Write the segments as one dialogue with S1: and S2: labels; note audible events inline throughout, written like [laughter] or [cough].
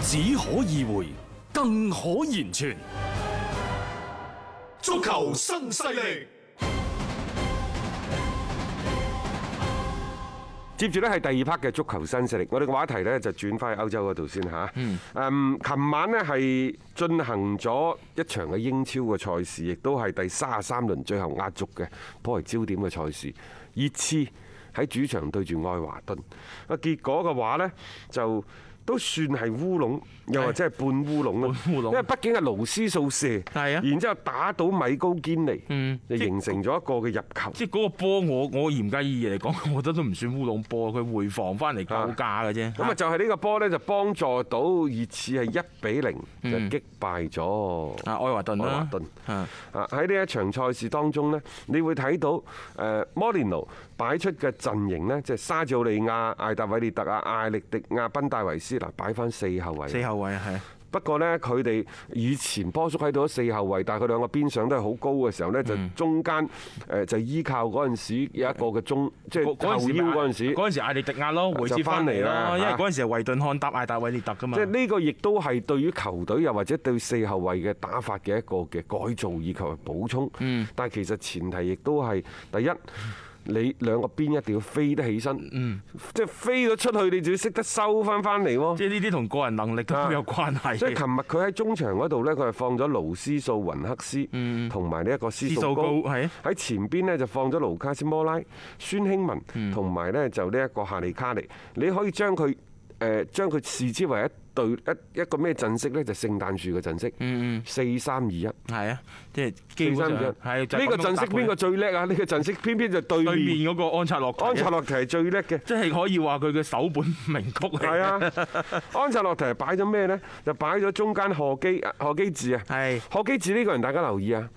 S1: 只可意會，更可言傳。
S2: 足球新勢力。
S3: 接住呢係第二 part 嘅足球新勢力，我哋嘅話題呢就轉翻去歐洲嗰度先嚇。嗯，琴晚呢係進行咗一場嘅英超嘅賽事，亦都係第三十三輪最後壓軸嘅頗為焦點嘅賽事，熱刺喺主場對住愛華頓。啊，結果嘅話呢，就都算係烏龍，又或者係半烏龍啦。
S4: 半烏龍
S3: 因為畢竟係勞斯數射，
S4: 係啊
S3: 然之後打到米高堅尼，
S4: 嗯
S3: 就形成咗一個嘅入球。
S4: 即係嗰個波，我我嚴格意義嚟講，我覺得都唔算烏龍波，佢回防翻嚟救價嘅啫。
S3: 咁啊，就係呢個波呢，就幫助到熱刺係一比零就擊敗咗
S4: 啊，愛華頓
S3: 愛華
S4: 啦，
S3: 頓。
S4: 嗯啊
S3: 啊！喺呢一場賽事當中呢，你會睇到誒摩連奴擺出嘅陣型呢，即係沙照利亞、艾達韋列特啊、艾力迪亞、賓戴維斯嗱，擺翻四後
S4: 四
S3: 衞。
S4: 後衞係
S3: 不過呢，佢哋以前波叔喺度四後衞，但係佢兩個邊上都係好高嘅時候
S4: 嗯
S3: 呢，就中間誒就依靠嗰陣時有一個嘅中，即係
S4: 嗰嗰陣
S3: 後
S4: 時
S3: 腰
S4: 咪啊
S3: 嗰陣時。啊
S4: 嗰陣時艾力迪亞咯，回
S3: 就
S4: 接翻嚟
S3: 返嚟啦
S4: 啦，因為嗰陣時係維頓漢搭艾達韋列特噶嘛
S3: 即係。呢個亦都係對於球隊又或者對四後衞嘅打法嘅一個嘅改造以及係補充。但係其實前提亦都係第一。你兩個邊一定要飛得起身，即係飛咗出去，你就要識得收翻翻嚟喎。
S4: 即係呢啲同個人能力都好有關係 [laughs]
S3: 所以琴
S4: 嘅。
S3: 日佢喺中場嗰度呢，佢係放咗勞斯素、雲克斯同埋呢一個斯
S4: 嗯斯素
S3: 素
S4: 高
S3: 高
S4: 係
S3: 喺前邊呢，就放咗盧卡斯摩拉、孫興
S4: 嗯
S3: 文同埋呢就呢一個夏利卡尼，你可以將佢誒將佢視之為一隊一一個咩陣式呢？就聖誕樹嘅陣式，四三二一。
S4: 係啊，即係嗯
S3: 四
S4: 基本
S3: 三
S4: 上
S3: 二
S4: 係
S3: 一，
S4: 就
S3: 呢個
S4: 咁樣
S3: 陣
S4: 搭
S3: 式
S4: 配
S3: 邊個最叻啊？呢個陣式偏偏就對
S4: 對
S3: 面
S4: 面嗰個安察洛提
S3: 安察洛提係最叻
S4: [laughs]
S3: 嘅。
S4: 即係可以話佢嘅首本名曲嚟。
S3: 係，啊，安察洛提擺咗咩呢？就擺咗中間賀基賀基治啊。
S4: 係
S3: 賀基治呢個人大家留意啊，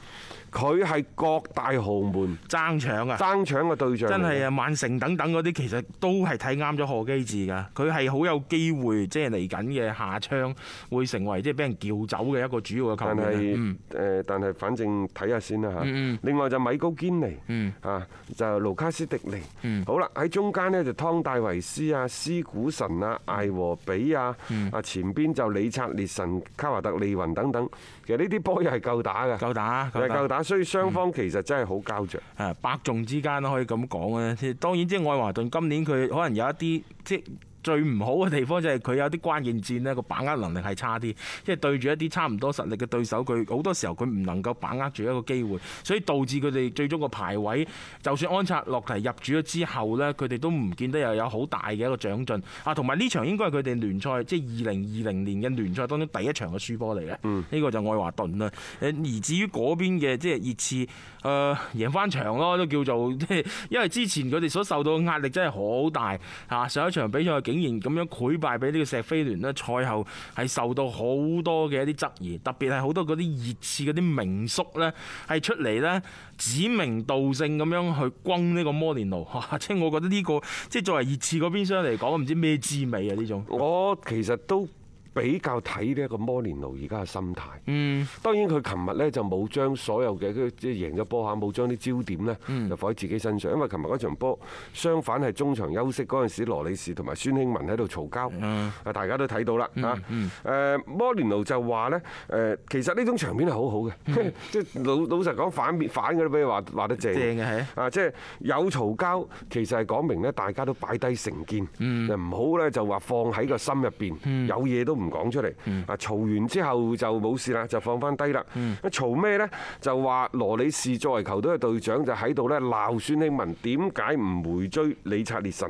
S3: 佢係各大豪門
S4: 爭搶啊！
S3: 爭搶嘅對象。
S4: 真係啊！！曼城等等嗰啲其實都係睇啱咗賀基治㗎，佢係好有機會即係嚟緊嘅下窗會成為即係俾人叫走嘅一個主要嘅球
S3: 但
S4: 員啊。
S3: 係
S4: 嗯
S3: 誒，但係反正睇下先啦嚇。另外就米高堅
S4: 嗯
S3: 尼，啊就盧卡斯迪尼。好啦，喺中間呢就湯戴維斯啊、斯古神啊、艾和比啊，
S4: 嗯
S3: 啊前邊就李察列神、卡華特利雲等等。其實呢啲波又係夠打嘅，
S4: 夠打，嗯
S3: 又
S4: 夠
S3: 係夠
S4: 打，
S3: 打，所以雙方其實真係好膠着。
S4: 誒啊百眾之間都可以咁講啊！即係當然，即係愛華頓今年佢可能有一啲即係最唔好嘅地方就係佢有啲關鍵戰呢個把握能力係差啲，即係對住一啲差唔多實力嘅對手，佢好多時候佢唔能夠把握住一個機會，所以導致佢哋最終個排位，就算安察洛提入主咗之後呢，佢哋都唔見得又有好大嘅一個長進啊！同埋呢場應該係佢哋聯賽即係二零二零年嘅聯賽當中第一場嘅輸波嚟嘅，呢、個就愛華頓啦。呃誒而至於嗰邊嘅即係熱刺，誒、呃贏翻場咯，都叫做 [laughs] 即係因為之前佢哋所受到嘅壓力真係好大嚇，上一場比賽竟然咁樣潰敗俾呢個石飛聯呢，賽後係受到好多嘅一啲質疑，特別係好多嗰啲熱刺嗰啲名宿呢，係出嚟呢指名道姓咁樣去轟呢個摩連奴，哇！即係我覺得呢、個即係作為熱刺嗰邊商嚟講，唔知咩滋味啊呢種。
S3: 我其實都比較睇呢一個摩連奴而家嘅心態。嗯，當然佢琴日呢就冇將所有嘅即係贏咗波下，冇將啲焦點呢
S4: 嗯
S3: 就放喺自己身上，因為琴日嗰場波相反係中場休息嗰陣時，羅里士同埋孫興文喺度嘈交，
S4: 嗯
S3: 啊大家都睇到啦嚇。誒摩連奴就話呢，誒其實呢種場面係好好
S4: 嗯
S3: 嘅， [laughs] 即係老老實講反面反嘅都俾你話話得正。
S4: 正嘅係
S3: 啊，即係有嘈交，其實係講明咧，大家都擺低成見，就唔好咧就話放喺個心入邊，有嘢都唔講出嚟。啊，嘈完之後就冇事啦，就放翻低啦。嘈咩呢？就話羅里士作為球隊嘅隊長，就喺度咧鬧孫興文點解唔回追李察列神？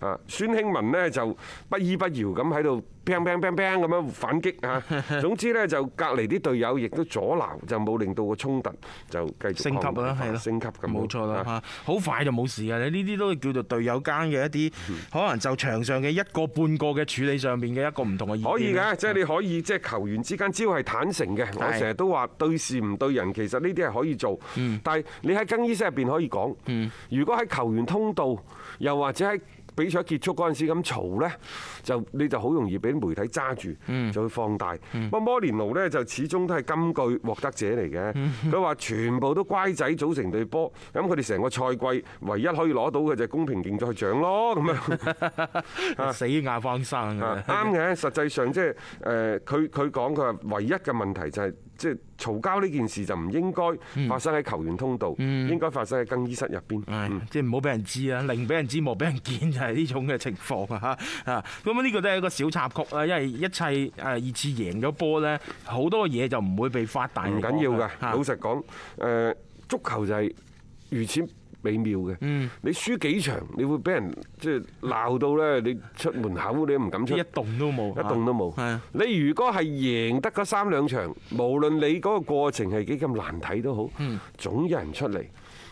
S3: 啊，孫興文呢就不依不饒咁喺度。砰砰砰砰咁樣反擊嚇，總之呢，就隔離啲隊友亦都阻撓，就冇令到個衝突就繼續
S4: 升級
S3: 擴
S4: 啦，
S3: 大
S4: 係咯，
S3: 升級咁
S4: 冇錯啦
S3: 啊
S4: 嚇，好快就冇事嘅。你呢啲都叫做隊友間嘅一啲，
S3: 嗯
S4: 可能就場上嘅一個半個嘅處理上面嘅一個唔同嘅意見。
S3: 可以嘅，即係你可以即係球員之間，只要係坦誠嘅，我成日都話對事唔對人，其實呢啲係可以做。
S4: 嗯
S3: 但係你喺更衣室入邊可以講，如果喺球員通道，又或者喺比賽結束嗰陣時咁嘈呢，就你就好容易俾媒體揸住，
S4: 嗯
S3: 就會放大。不過摩連奴呢，就始終都係金句獲得者嚟
S4: 嗯
S3: 嘅，佢話全部都乖仔組成隊波，咁佢哋成個賽季唯一可以攞到嘅就係公平競賽獎咯，咁樣。
S4: 死亞方生
S3: 啊
S4: 嘅，
S3: 啱嘅，實際上即係誒，佢佢講佢話唯一嘅問題就係即係嘈交呢件事就唔應該發生喺球員通道，應該發生喺更衣室入邊。
S4: 嗯
S3: 嗯
S4: 唉，即係唔好俾人知啊，寧俾人知，莫俾人見，就係呢種嘅情況啊嚇啊！咁呢個都係一個小插曲啦，因為一切誒熱刺贏咗波咧，好多嘢就唔會被發大。
S3: 唔緊要㗎，
S4: 嚇
S3: 老實講，誒足球就係如此美妙嘅。
S4: 嗯
S3: 你輸幾場，你會俾人即係鬧到咧，你出門口你都唔敢出
S4: 一。動都冇，
S3: 一動都冇
S4: 係啊。
S3: 你如果係贏得嗰三兩場，無論你嗰個過程係幾咁難睇都好，
S4: 嗯
S3: 總有人出嚟。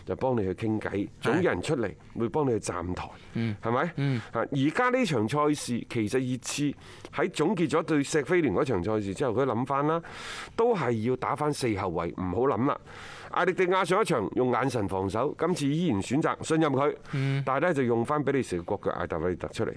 S3: 就幫你去傾偈，總有人出嚟會幫你去站台，
S4: 嗯
S3: 係咪？啊而家呢場賽事其實熱刺喺總結咗對石飛聯嗰場賽事之後，佢諗翻啦，都係要打翻四後衞，唔好諗啦。艾力迪亞上一場用眼神防守，今次依然選擇信任佢，但係呢就用翻比利時嘅國腳艾達維特出嚟，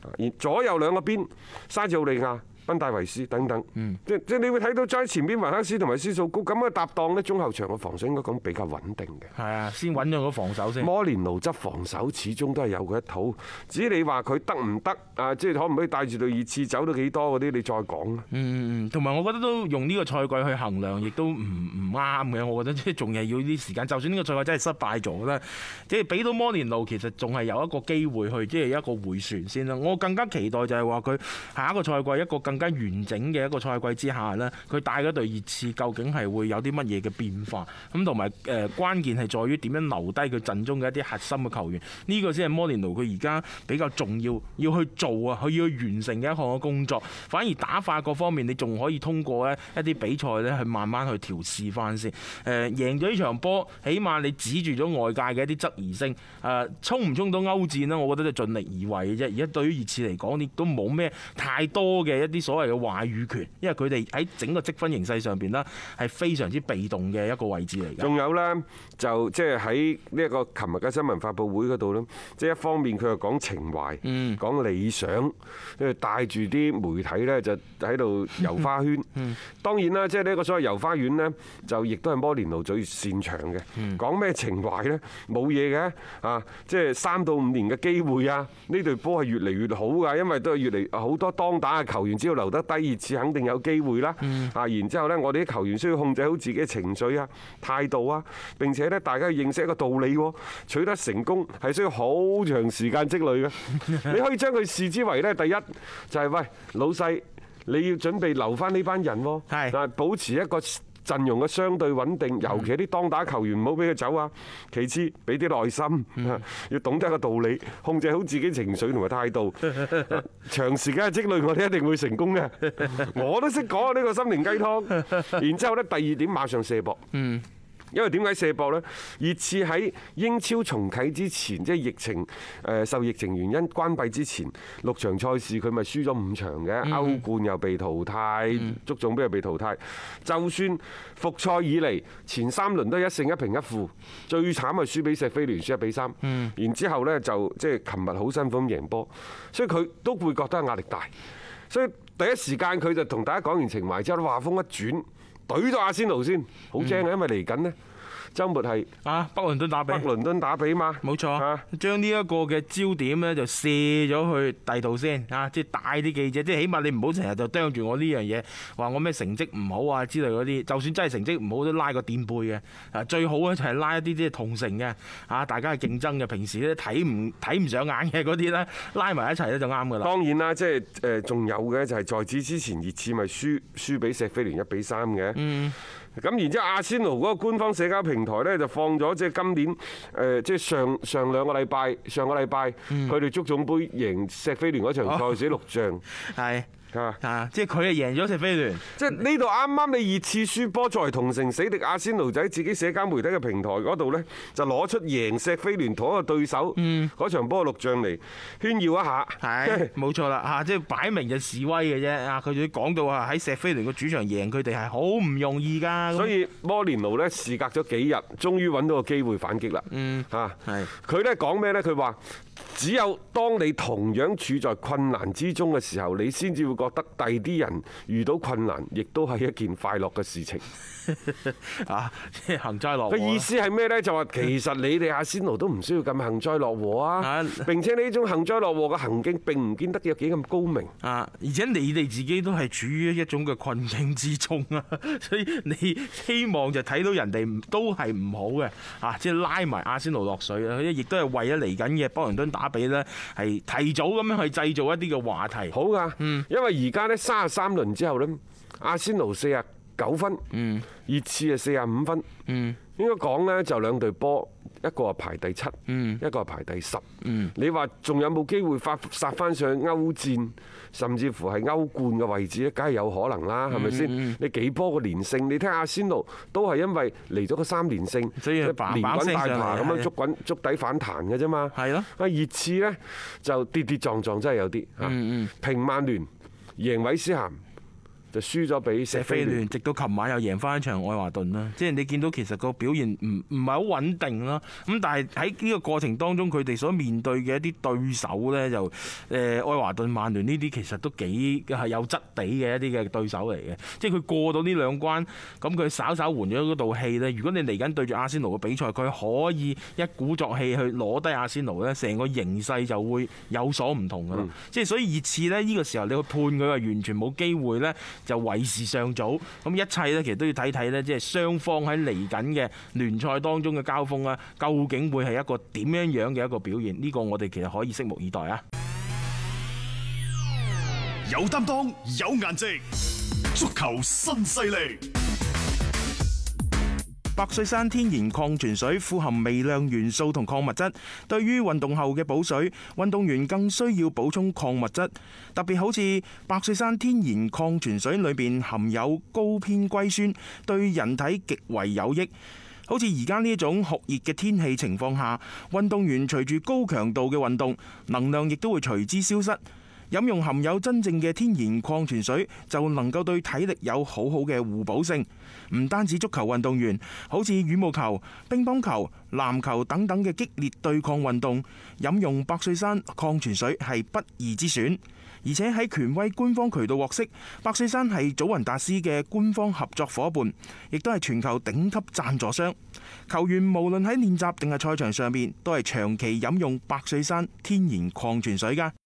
S3: 啊而左右兩個邊沙治奧利亞。賓戴維斯等等，即即你會睇到在前邊雲克斯同埋斯素高咁嘅搭檔呢，中後場嘅防守應該講比較穩定嘅。
S4: 係啊，先揾咗個防守先。
S3: 摩連奴執防守始終都係有佢一套，至於你話佢得唔得啊？即係可唔可以帶住對熱刺走到幾多嗰啲，你再講啦。
S4: 嗯，同埋我覺得都用呢個賽季去衡量，亦都唔唔啱嘅。我覺得即係仲係要啲時間。就算呢個賽季真係失敗咗咧，即係俾到摩連奴，其實仲係有一個機會去即係一個回旋先啦。我更加期待就係話佢下一個賽季一個更加完整嘅一個賽季之下呢，佢帶嗰隊熱刺究竟係會有啲乜嘢嘅變化？咁同埋誒關鍵係在於點樣留低佢陣中嘅一啲核心嘅球員，呢、個先係摩連奴佢而家比較重要要去做啊，佢要去完成嘅一項嘅工作。反而打法各方面，你仲可以通過咧一啲比賽咧去慢慢去調試翻先。誒、贏咗呢場波，起碼你止住咗外界嘅一啲質疑聲。誒、啊衝唔衝到歐戰呢？我覺得就盡力而為嘅啫。而家對於熱刺嚟講，亦都冇咩太多嘅一啲所謂嘅話語權，因為佢哋喺整個積分形勢上邊呢，係非常之被動嘅一個位置嚟嘅。
S3: 仲有呢，就即係喺呢一個琴日嘅新聞發佈會嗰度呢，即係一方面佢又講情懷，講理想，跟住帶住啲媒體呢，就喺度遊花圈。當然啦，即係呢個所謂遊花園呢，就亦都係摩連奴最擅長嘅。講咩情懷呢？冇嘢嘅啊！即係三到五年嘅機會啊，呢隊波係越嚟越好㗎，因為都係越嚟好多當打嘅球員，只要留得低熱刺，肯定有機會啦。啊，然之後呢，我哋啲球員需要控制好自己嘅情緒啊、態度啊，並且呢，大家要認識一個道理喎，取得成功係需要好長時間積累嘅。你可以將佢視之為呢，第一就係、喂老細，你要準備留翻呢班人喎，
S4: 係
S3: 嗱保持一個。陣容嘅相對穩定，尤其啲當打球員唔好俾佢走啊。其次，俾啲耐心， [laughs] 要懂得個道理，控制好自己情緒同埋態度。長時間嘅積累，我哋一定會成功嘅。我都識講啊呢個心靈雞湯。然之後呢，第二點馬上射博。因為點解射博呢？熱刺喺英超重啟之前，即係疫情誒受疫情原因關閉之前，六場賽事佢咪輸咗五場嘅，歐冠又被淘汰，足總杯又被淘汰。就算復賽以嚟前三輪都係一勝一平一負，最慘係輸俾石飛聯輸一比三。然之後呢，就即係琴日好辛苦咁贏波，所以佢都會覺得壓力大。所以第一時間佢就同大家講完情懷之後，話風一轉，懟咗阿仙奴先，好正啊！因為嚟緊呢，週末係
S4: 啊，北倫敦打比
S3: 北。倫敦打比嘛，
S4: 冇錯
S3: 啊，
S4: 將呢一個嘅焦點咧就卸咗去第度先啊！即係帶啲記者，即係起碼你唔好成日就啄住我呢樣嘢，話我咩成績唔好啊之類嗰啲。就算真係成績唔好，都拉個墊背嘅。啊，最好咧就係拉一啲即係同城嘅啊，大家係競爭嘅。平時咧睇唔睇唔上眼嘅嗰啲咧，拉埋一齊咧就啱噶啦。
S3: 當然啦，即係誒仲有嘅就係在此之前熱刺咪輸輸俾石飛聯一比三嘅。
S4: 嗯
S3: 咁然之後，阿仙奴嗰個官方社交平台呢，就放咗即係今年誒，呃即係上上兩個禮拜，上個禮拜
S4: 嗯
S3: 佢哋足總杯贏石飛聯嗰場賽事六
S4: [laughs]
S3: 仗
S4: 係
S3: 嚇，
S4: 啊，即係佢係贏咗石飛聯。
S3: 即係呢度啱啱你熱刺輸波，作為同城死敵阿仙奴仔自己社交媒體嘅平台嗰度呢，就攞出贏石飛聯同一個對手嗰場波六仗嚟炫耀一下。[laughs]
S4: 嗯係冇錯啦啊嚇，即係擺明就示威嘅啫啊！佢哋都講到啊，喺石飛聯個主場贏佢哋係好唔容易㗎。啊咁
S3: 所以摩連奴呢，事隔咗幾日，終於揾到個機會反擊啦。嗯，嚇，
S4: 係
S3: 佢呢講咩呢？佢話只有當你同樣處在困難之中嘅時候，你先至會覺得第啲人遇到困難，亦都係一件快樂嘅事情。
S4: 啊，即係幸災樂
S3: 個
S4: 禍啦
S3: 意思係咩呢？就話其實你哋阿仙奴都唔需要咁幸災樂禍啊
S4: 啊，
S3: 並且呢種幸災樂禍嘅行徑並唔見得有幾咁高明。
S4: 啊！而且你哋自己都係處於一種嘅困境之中啊， [laughs] 所以你希望就睇到人哋唔都係唔好嘅啊，即係拉埋阿仙奴落水啊，亦都係為咗嚟緊嘅北倫敦打比呢，係提早咁樣去製造一啲嘅話題。
S3: 好噶，
S4: 嗯
S3: 因為而家呢，三十三輪之後呢，阿仙奴四啊九分，
S4: 嗯
S3: 熱刺啊四啊五分，應該講呢，就兩隊波，一個係啊排第七，
S4: 嗯
S3: 一個係啊排第十。你話仲有冇機會發殺翻上歐戰，甚至乎係歐冠嘅位置呢？梗係有可能啦，係咪
S4: 嗯
S3: 先？你幾波個連勝，你睇阿仙奴都係因為嚟咗個三連勝，
S4: 所
S3: 即
S4: 以
S3: 係
S4: 砰砰
S3: 連滾
S4: 聲
S3: 帶
S4: 上
S3: 爬
S4: 嚟
S3: 咁
S4: 係
S3: 樣捉滾捉底反彈嘅啫嘛。
S4: 係咯
S3: 啊熱刺呢，就跌跌撞撞，真係有啲
S4: 嗯
S3: 嚇。平曼聯贏韋斯咸就輸咗俾
S4: 石
S3: 石
S4: 飛
S3: 飛聯
S4: 聯。直到琴晚又贏翻一場愛華頓啦，即係你見到其實個表現唔唔係好穩定啦。咁但係喺呢個過程當中，佢哋所面對嘅一啲對手呢，就誒呃愛華頓、曼聯呢啲其實都幾係有質地嘅一啲嘅對手嚟嘅。即係佢過到呢兩關，咁佢稍稍緩咗嗰道氣呢。如果你嚟緊對住阿仙奴嘅比賽，佢可以一鼓作氣去攞低阿仙奴呢，成個形勢就會有所唔同㗎啦。即係所以熱刺呢，呢個時候你去判佢話完全冇機會呢，就為時尚早。咁一切呢，其實都要睇睇呢，即係雙方喺嚟緊嘅聯賽當中嘅交鋒啊，究竟會係一個點樣樣嘅一個表現？呢個我哋其實可以拭目以待啊！
S2: 有擔當，有顏值，足球新勢力。
S4: 百歲山天然礦泉水富含微量元素同礦物質，對於運動後嘅補水，運動員更需要補充礦物質。特別好似百歲山天然礦泉水裏邊含有高偏硅酸，對人體極為有益。好似而家呢一種酷熱嘅天氣情況下，運動員隨住高強度嘅運動，能量亦都會隨之消失。飲用含有真正嘅天然礦泉水，就能夠對體力有好好嘅互補性。唔單止足球運動員，好似羽毛球、乒乓球、籃球等等嘅激烈對抗運動，飲用百歲山礦泉水係不二之選。而且喺權威官方渠道獲悉，百歲山係祖雲達斯嘅官方合作伙伴，亦都係全球頂級贊助商。球員無論喺練習定係賽場上面，都係長期飲用百歲山天然礦泉水㗎。